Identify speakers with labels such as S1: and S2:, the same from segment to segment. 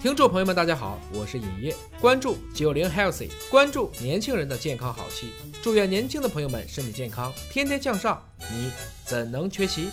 S1: 听众朋友们，大家好，我是尹烨，关注九零 healthy，关注年轻人的健康好戏，祝愿年轻的朋友们身体健康，天天向上，你怎能缺席？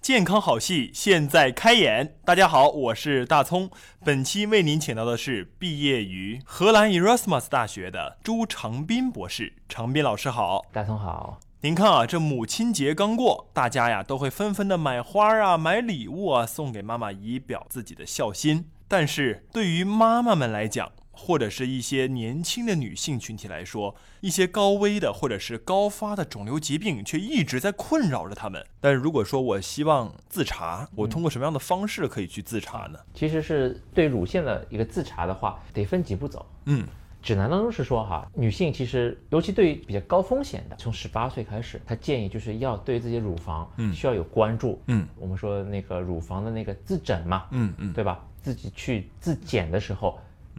S2: 健康好戏现在开演！大家好，我是大葱。本期为您请到的是毕业于荷兰 Erasmus 大学的朱长斌博士。长斌老师好，
S3: 大葱好。
S2: 您看啊，这母亲节刚过，大家呀都会纷纷的买花啊、买礼物啊，送给妈妈以表自己的孝心。但是对于妈妈们来讲，或者是一些年轻的女性群体来说，一些高危的或者是高发的肿瘤疾病却一直在困扰着她们。但是如果说我希望自查，我通过什么样的方式可以去自查呢？
S3: 其实是对乳腺的一个自查的话，得分几步走。
S2: 嗯，
S3: 指南当中是说哈，女性其实尤其对于比较高风险的，从十八岁开始，她建议就是要对自己乳房
S2: 嗯
S3: 需要有关注。
S2: 嗯，
S3: 我们说那个乳房的那个自诊嘛，
S2: 嗯嗯
S3: 对吧？自己去自检的时候，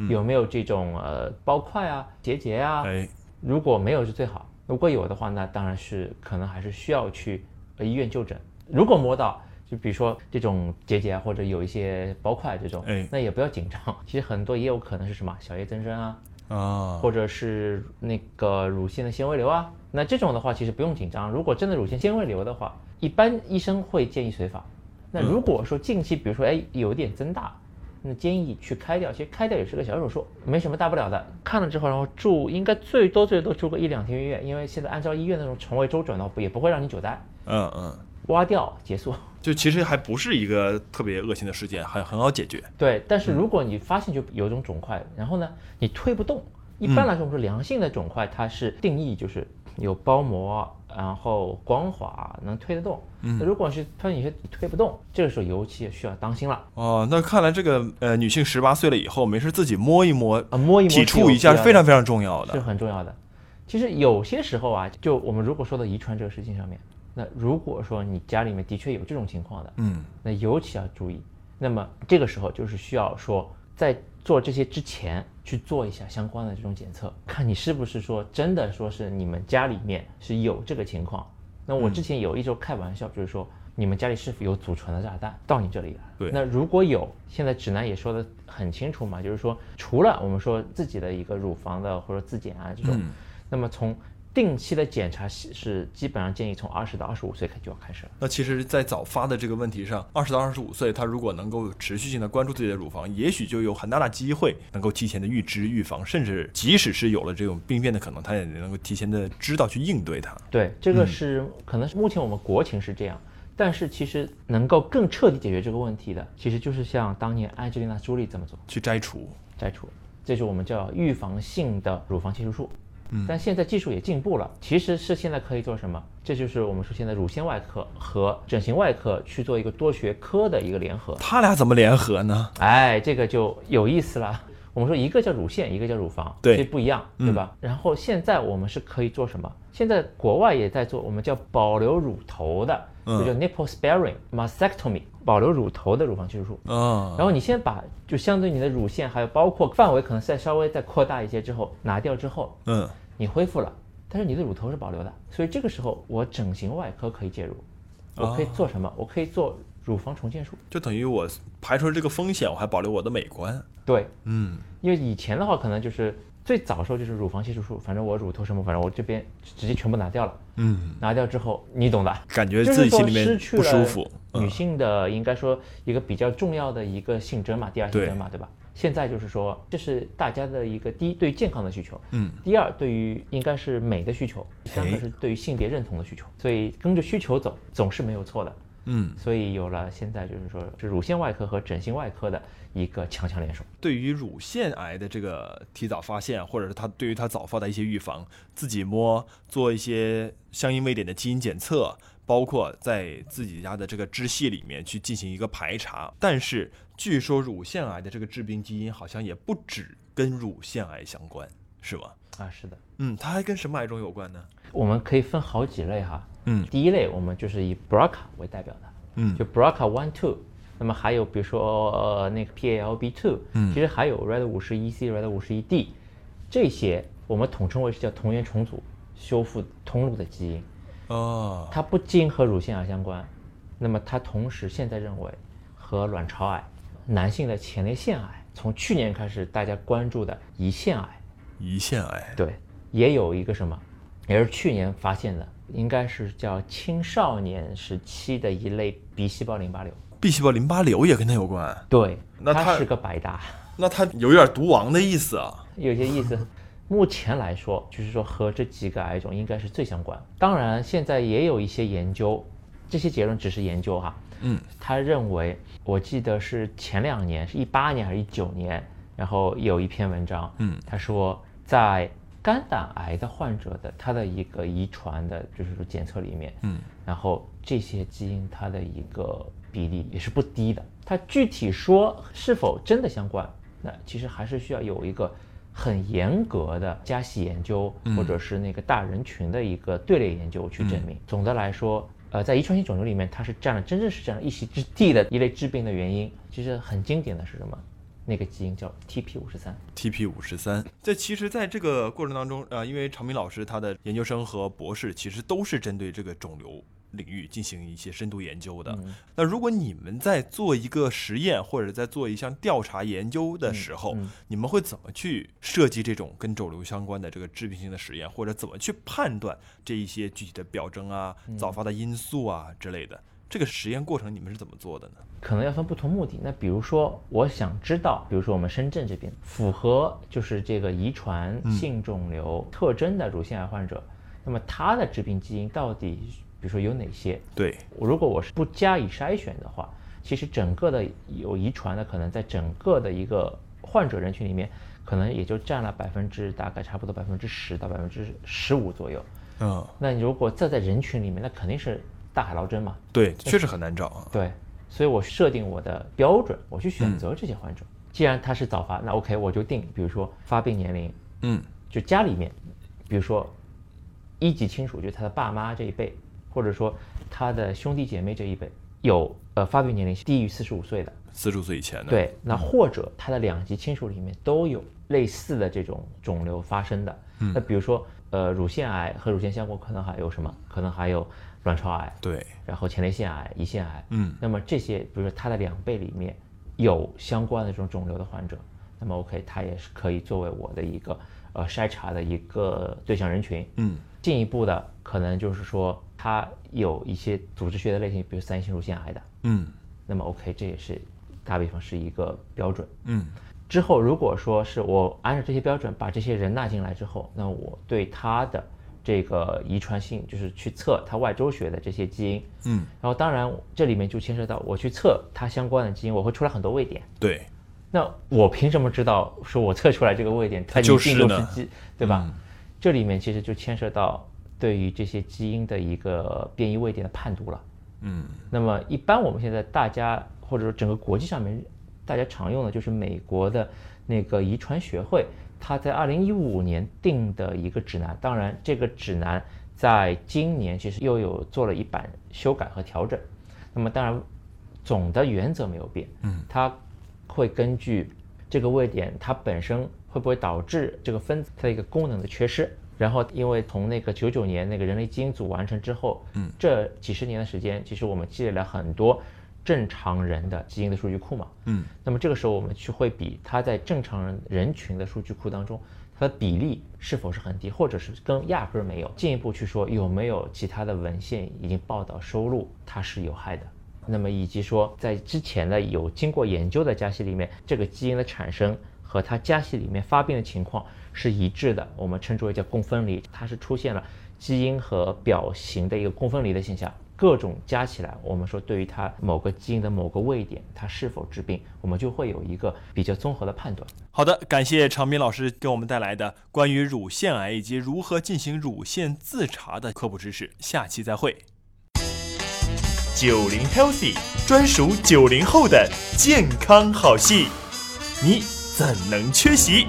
S3: 有没有这种呃包块啊、结节啊？
S2: 哎，
S3: 如果没有是最好，如果有的话，那当然是可能还是需要去呃医院就诊。如果摸到，就比如说这种结节啊，或者有一些包块这种，
S2: 哎
S3: 那也不要紧张。其实很多也有可能是什么小叶增生啊，
S2: 啊，
S3: 或者是那个乳腺的纤维瘤啊。那这种的话，其实不用紧张。如果真的乳腺纤维瘤的话，一般医生会建议随访。那如果说近期，比如说哎有一点增大，那建议去开掉。其实开掉也是个小手术，没什么大不了的。看了之后，然后住应该最多最多住个一两天医院，因为现在按照医院那种床位周转的话，也不会让你久待。
S2: 嗯嗯，
S3: 挖掉结束。
S2: 就其实还不是一个特别恶性的事件，还很好解决。
S3: 对，但
S2: 嗯
S3: 是如果你发现就有一种肿块，然后呢，你推不动，一
S2: 嗯
S3: 般来说我们说良性的肿块，它是定义就是有包膜，然后光滑，能推得动。
S2: 嗯
S3: 那如果是发现你是推不动，这个时候尤其需要当心了。
S2: 哦，那看来这个呃，女性十八岁了以后，没事自己摸一摸、
S3: 啊，摸一
S2: 体
S3: 摸是有
S2: 触一下是
S3: 必要
S2: 非
S3: 的
S2: 常非常重要
S3: 是
S2: 的。
S3: 很重要的。其实有些时候啊，就我们如果说到遗传这个事情上面，那如果说你家里面的确有这种情况的，
S2: 嗯，
S3: 那尤其要注意。那么这个时候就是需要说，在做这些之前去做一下相关的这种检测，看你是不是说真的说是你们家里面是有这个情况。那我之前有一周开玩笑，就是说你们家里是否有祖传的炸弹到你这里来？
S2: 对
S3: 那如果有，现在指南也说的很清楚嘛，就是说除了我们说自己的一个乳房的或者自检啊这
S2: 嗯
S3: 种，那么从定期的检查是是基本上建议从二十到二十五岁开就要开始了。
S2: 那其实，在早发的这个问题上，二十到二十五岁，她如果能够有持续性的关注自己的乳房，也许就有很大的机会能够提前的预知、预防，甚至即使是有了这种病变的可能，她也能够提前的知道去应对它。
S3: 对，这个是、可能是目前我们国情是这样，但是其实能够更彻底解决这个问题的，其实就是像当年安吉丽娜·朱莉这么做
S2: 去摘除。
S3: 摘除，这是我们叫预防性的乳房切除术。嗯，但现在技术也进步了，其实是现在可以做什么？这就是我们说现在乳腺外科和整形外科去做一个多学科的一个联合。
S2: 他俩怎么联合 呢？
S3: 哎，这个就有意思了。 我们说一个叫乳腺，一个叫乳房，
S2: 对
S3: 这不一样，对吧？然后现在我们是可以做什么？现在国外也在做，我们叫保留乳头的，就叫 nipple sparing mastectomy，保留乳头的乳房切除术。
S2: 啊、
S3: 然后你先把就相对你的乳腺，还有包括范围，可能再稍微再扩大一些之后，拿掉之后，
S2: 嗯，
S3: 你恢复了，但是你的乳头是保留的，所以这个时候我整形外科可以介入，我可以做什么？我可以做乳房重建术。
S2: 就等于我排除了这个风险，我还保留我的美观。
S3: 对，
S2: 嗯，
S3: 因为以前的话，可能就是最早时候就是乳房切除术，反正我乳头什么，反正我这边直接全部拿掉了。
S2: 嗯，
S3: 拿掉之后，你懂的，
S2: 感觉
S3: 就
S2: 自
S3: 是
S2: 己
S3: 说
S2: 心里面
S3: 失去
S2: 不
S3: 了
S2: 舒服。嗯
S3: 女性的应该说一个比较重要的一个性征嘛，第二性
S2: 对
S3: 征嘛，对吧？现在就是说，这是大家的一个第一对健康的需求，
S2: 嗯，
S3: 第二对于应该是美的需求，第三个是对于性别认同的需求，所以跟着需求走总是没有错的。
S2: 嗯，
S3: 所以有了现在就是说是乳腺外科和整形外科的一个强强联手。
S2: 对于乳腺癌的这个提早发现，或者是它对于它早发的一些预防，自己摸做一些相应位点的基因检测，包括在自己家的这个支系里面去进行一个排查。但是据说乳腺癌的这个致病基因好像也不只跟乳腺癌相关，是吗？
S3: 啊，是的，
S2: 嗯，它还跟什么癌种有关呢？
S3: 我们可以分好几类哈。
S2: 嗯
S3: 第一类我们就是以 BRCA 为代表的，
S2: 嗯
S3: 就 BRCA one two，那么还有比如说呃那个 PALB two，嗯，其实还有 RED 五十一 C、RED 五十一 D，这些我们统称为是叫同源重组修复通路的基因，
S2: 哦，
S3: 它不仅和乳腺癌相关，那么它同时现在认为和卵巢癌、男性的前列腺癌，从去年开始大家关注的胰腺癌，
S2: 胰腺癌，
S3: 对，也有一个什么，也是去年发现的，应该是叫青少年时期的一类鼻细胞淋巴瘤。
S2: B 细胞淋巴瘤也跟它有关，
S3: 对，
S2: 那它
S3: 它是个百搭，
S2: 那它有点毒王的意思啊。
S3: 有些意思。目前来说，就是说和这几个癌种应该是最相关。当然，现在也有一些研究，这些结论只是研究哈。
S2: 嗯，
S3: 他认为，我记得是前两年，是一八年还是一九年，然后有一篇文章，
S2: 嗯，
S3: 他说在肝胆癌的患者的他的一个遗传的，就是说检测里面，
S2: 嗯，
S3: 然后这些基因它的一个比例也是不低的。它具体说是否真的相关，那其实还是需要有一个很严格的加息研究，或者是那个大人群的一个队列研究去证明。总的来说，呃，在遗传性肿瘤里面，它是占了真正是占了一席之地的一类致病的原因。其实很经典的是什么？那个基因叫 TP 五十三。
S2: TP 五十三，这其实在这个过程当中，呃，因为常明老师他的研究生和博士其实都是针对这个肿瘤领域进行一些深度研究的。那如果你们在做一个实验或者在做一项调查研究的时候，你们会怎么去设计这种跟肿瘤相关的这个致病性的实验，或者怎么去判断这一些具体的表征啊、早发的因素啊之类的？这个实验过程你们是怎么做的呢？
S3: 可能要分不同目的。那比如说，我想知道，比如说我们深圳这边符合就是这个遗传性肿瘤特征的乳腺癌患者，那么它的致病基因到底，比如说有哪些？
S2: 对，
S3: 如果我是不加以筛选的话，其实整个的有遗传的可能在整个的一个患者人群里面，可能也就占了百分之大概差不多百分之十到百分之十五左右。
S2: 嗯，
S3: 那你如果再在人群里面，那肯定是大海捞针嘛，
S2: 对，确实很难找啊。
S3: 对，所以我设定我的标准，我去选择这些患者。既然他是早发，那 OK，我就定，比如说发病年龄，
S2: 嗯
S3: 就家里面，比如说一级亲属，就是他的爸妈这一辈，或者说他的兄弟姐妹这一辈，有呃发病年龄低于四十五岁的，
S2: 四十五岁以前的。
S3: 对，那或者他的两级亲属里面都有类似的这种肿瘤发生的。那比如说呃乳腺癌和乳腺相关，可能还有什么？可能还有卵巢癌，
S2: 对，
S3: 然后前列腺癌、胰腺癌，
S2: 嗯，
S3: 那么这些，比如说它的两倍里面有相关的这种肿瘤的患者，那么 OK，它也是可以作为我的一个呃筛查的一个对象人群。
S2: 嗯，
S3: 进一步的可能就是说，它有一些组织学的类型，比如三型乳腺癌的，
S2: 嗯
S3: 那么 OK，这也是打比方是一个标准。
S2: 嗯
S3: 之后如果说是我按照这些标准把这些人纳进来之后，那我对他的这个遗传性，就是去测他外周血的这些基因，
S2: 嗯，
S3: 然后当然这里面就牵涉到我去测它相关的基因，我会出来很多位点。
S2: 对，
S3: 那我凭什么知道说我测出来这个位点它一定
S2: 啊就是
S3: 就
S2: 呢嗯
S3: 是基，对吧？这里面其实就牵涉到对于这些基因的一个变异位点的判读了。
S2: 嗯
S3: 那么一般我们现在大家或者说整个国际上面大家常用的就是美国的那个遗传学会，它在二零一五年定的一个指南。当然，这个指南在今年其实又有做了一版修改和调整。那么当然，总的原则没有变，嗯，它会根据这个位点它本身会不会导致这个分子它的一个功能的缺失。然后，因为从那个九九年那个人类基因组完成之后，嗯，这几十年的时间，其实我们积累了很多正常人的基因的数据库嘛，
S2: 嗯，
S3: 那么这个时候我们去会比它在正常人人群的数据库当中，它的比例是否是很低，或者是跟压根儿没有。进一步去说有没有其他的文献已经报道收录它是有害的。那么以及说在之前的有经过研究的家系里面，这个基因的产生和它家系里面发病的情况是一致的，我们称之为叫共分离，它是出现了基因和表型的一个共分离的现象。各种加起来，我们说对于它某个基因的某个位点，它是否致病，我们就会有一个比较综合的判断。
S2: 好的，感谢常斌老师给我们带来的关于乳腺癌以及如何进行乳腺自查的科普知识。下期再会。九零 Healthy 专属九零后的健康好戏，你怎能缺席？